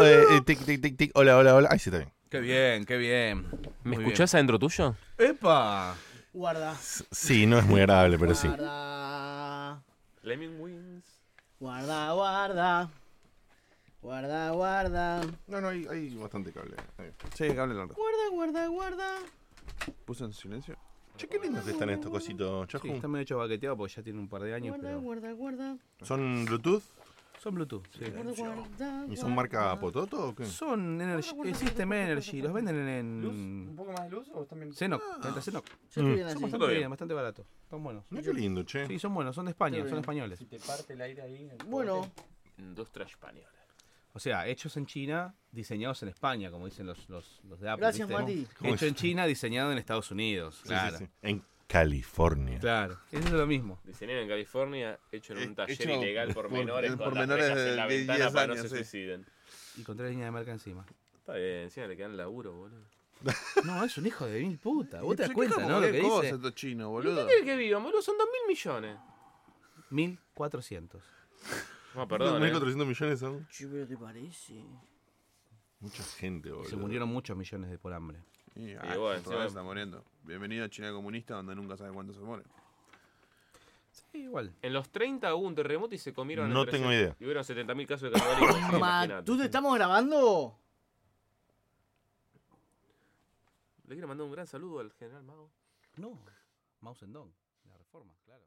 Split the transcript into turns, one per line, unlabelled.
Eh, eh, tic, tic, tic, tic. Hola, hola, hola. Ahí sí, está bien.
Qué bien, qué bien.
¿Me
Muy
escuchás adentro tuyo?
bien. ¡Epa!
Guarda.
Sí, no es muy agradable, pero Pues sí.
Guarda.
Lemming Wings.
Guarda, guarda. Guarda, guarda.
No, no, hay, hay bastante cable. Ahí.
Sí, que hablen largo.
Guarda, guarda, guarda.
¿Puso en silencio?
Che, qué lindos que están estos cositos,
Sí,
Chocu.
está medio chabaqueteado porque ya tiene un par de años,
Guarda,
pero...
guarda, guarda.
¿Son Bluetooth?
Son Bluetooth, sí.
Guarda, guarda.
¿Y son marca Pototo o qué?
Son Energy, eh, System Energy, los venden en...
poco más de luz o también?
Zenoc, venta Zenoc.
Yo estoy bien así.
Son bastante bien, bastante barato. Están buenos.
Mira qué lindo, che.
Sí, son buenos, son de España,
Está
son
bien.
españoles.
te parte el aire ahí.
Bueno,
Industria española.
O sea, hechos en China, diseñados en España, como dicen los, los, los de Apple.
Gracias,
¿viste?
Mati.
Hecho en China, diseñado en Estados Unidos.
Sí, sí,
Claro,
sí. En California.
claro. Eso es lo mismo.
Diseñado en California, hecho en un
Eh,
taller
hecho
ilegal por
por-
menores,
por
con
menores
las rejas en la
de
ventana
10
para no
años,
se
sí.
suiciden.
Y con tres líneas de marca encima.
Está bien, encima le quedan laburo, boludo.
No, es un hijo de mil puta. Vos te das
Se
cuenta,
queja
¿no? Lo
cualquier
que
cosa
dice.
estos chinos,
¿Qué
boludo.
quiere que vivan, boludo? Son 2.000 millones.
1400.
No,
Perdón,
perdón. eh.
1.400 millones son
che, pero ¿te parece?
mucha gente, boludo.
Se murieron muchos millones de por hambre.
Y,
Y bueno,
bueno,
encima-
Ah, está muriendo. Bienvenido a China comunista donde nunca sabe cuántos se mueren.
Sí, igual.
En los 30 hubo un terremoto y se comieron.
No
entre
tengo
se-
idea.
Y hubieron 70.000 casos de canibalismo. así que
Ma,
imagínate.
¿tú te estamos grabando?
Le quiero mandar un gran saludo al general Mago.
No. Mao Zedong. La reforma, claro.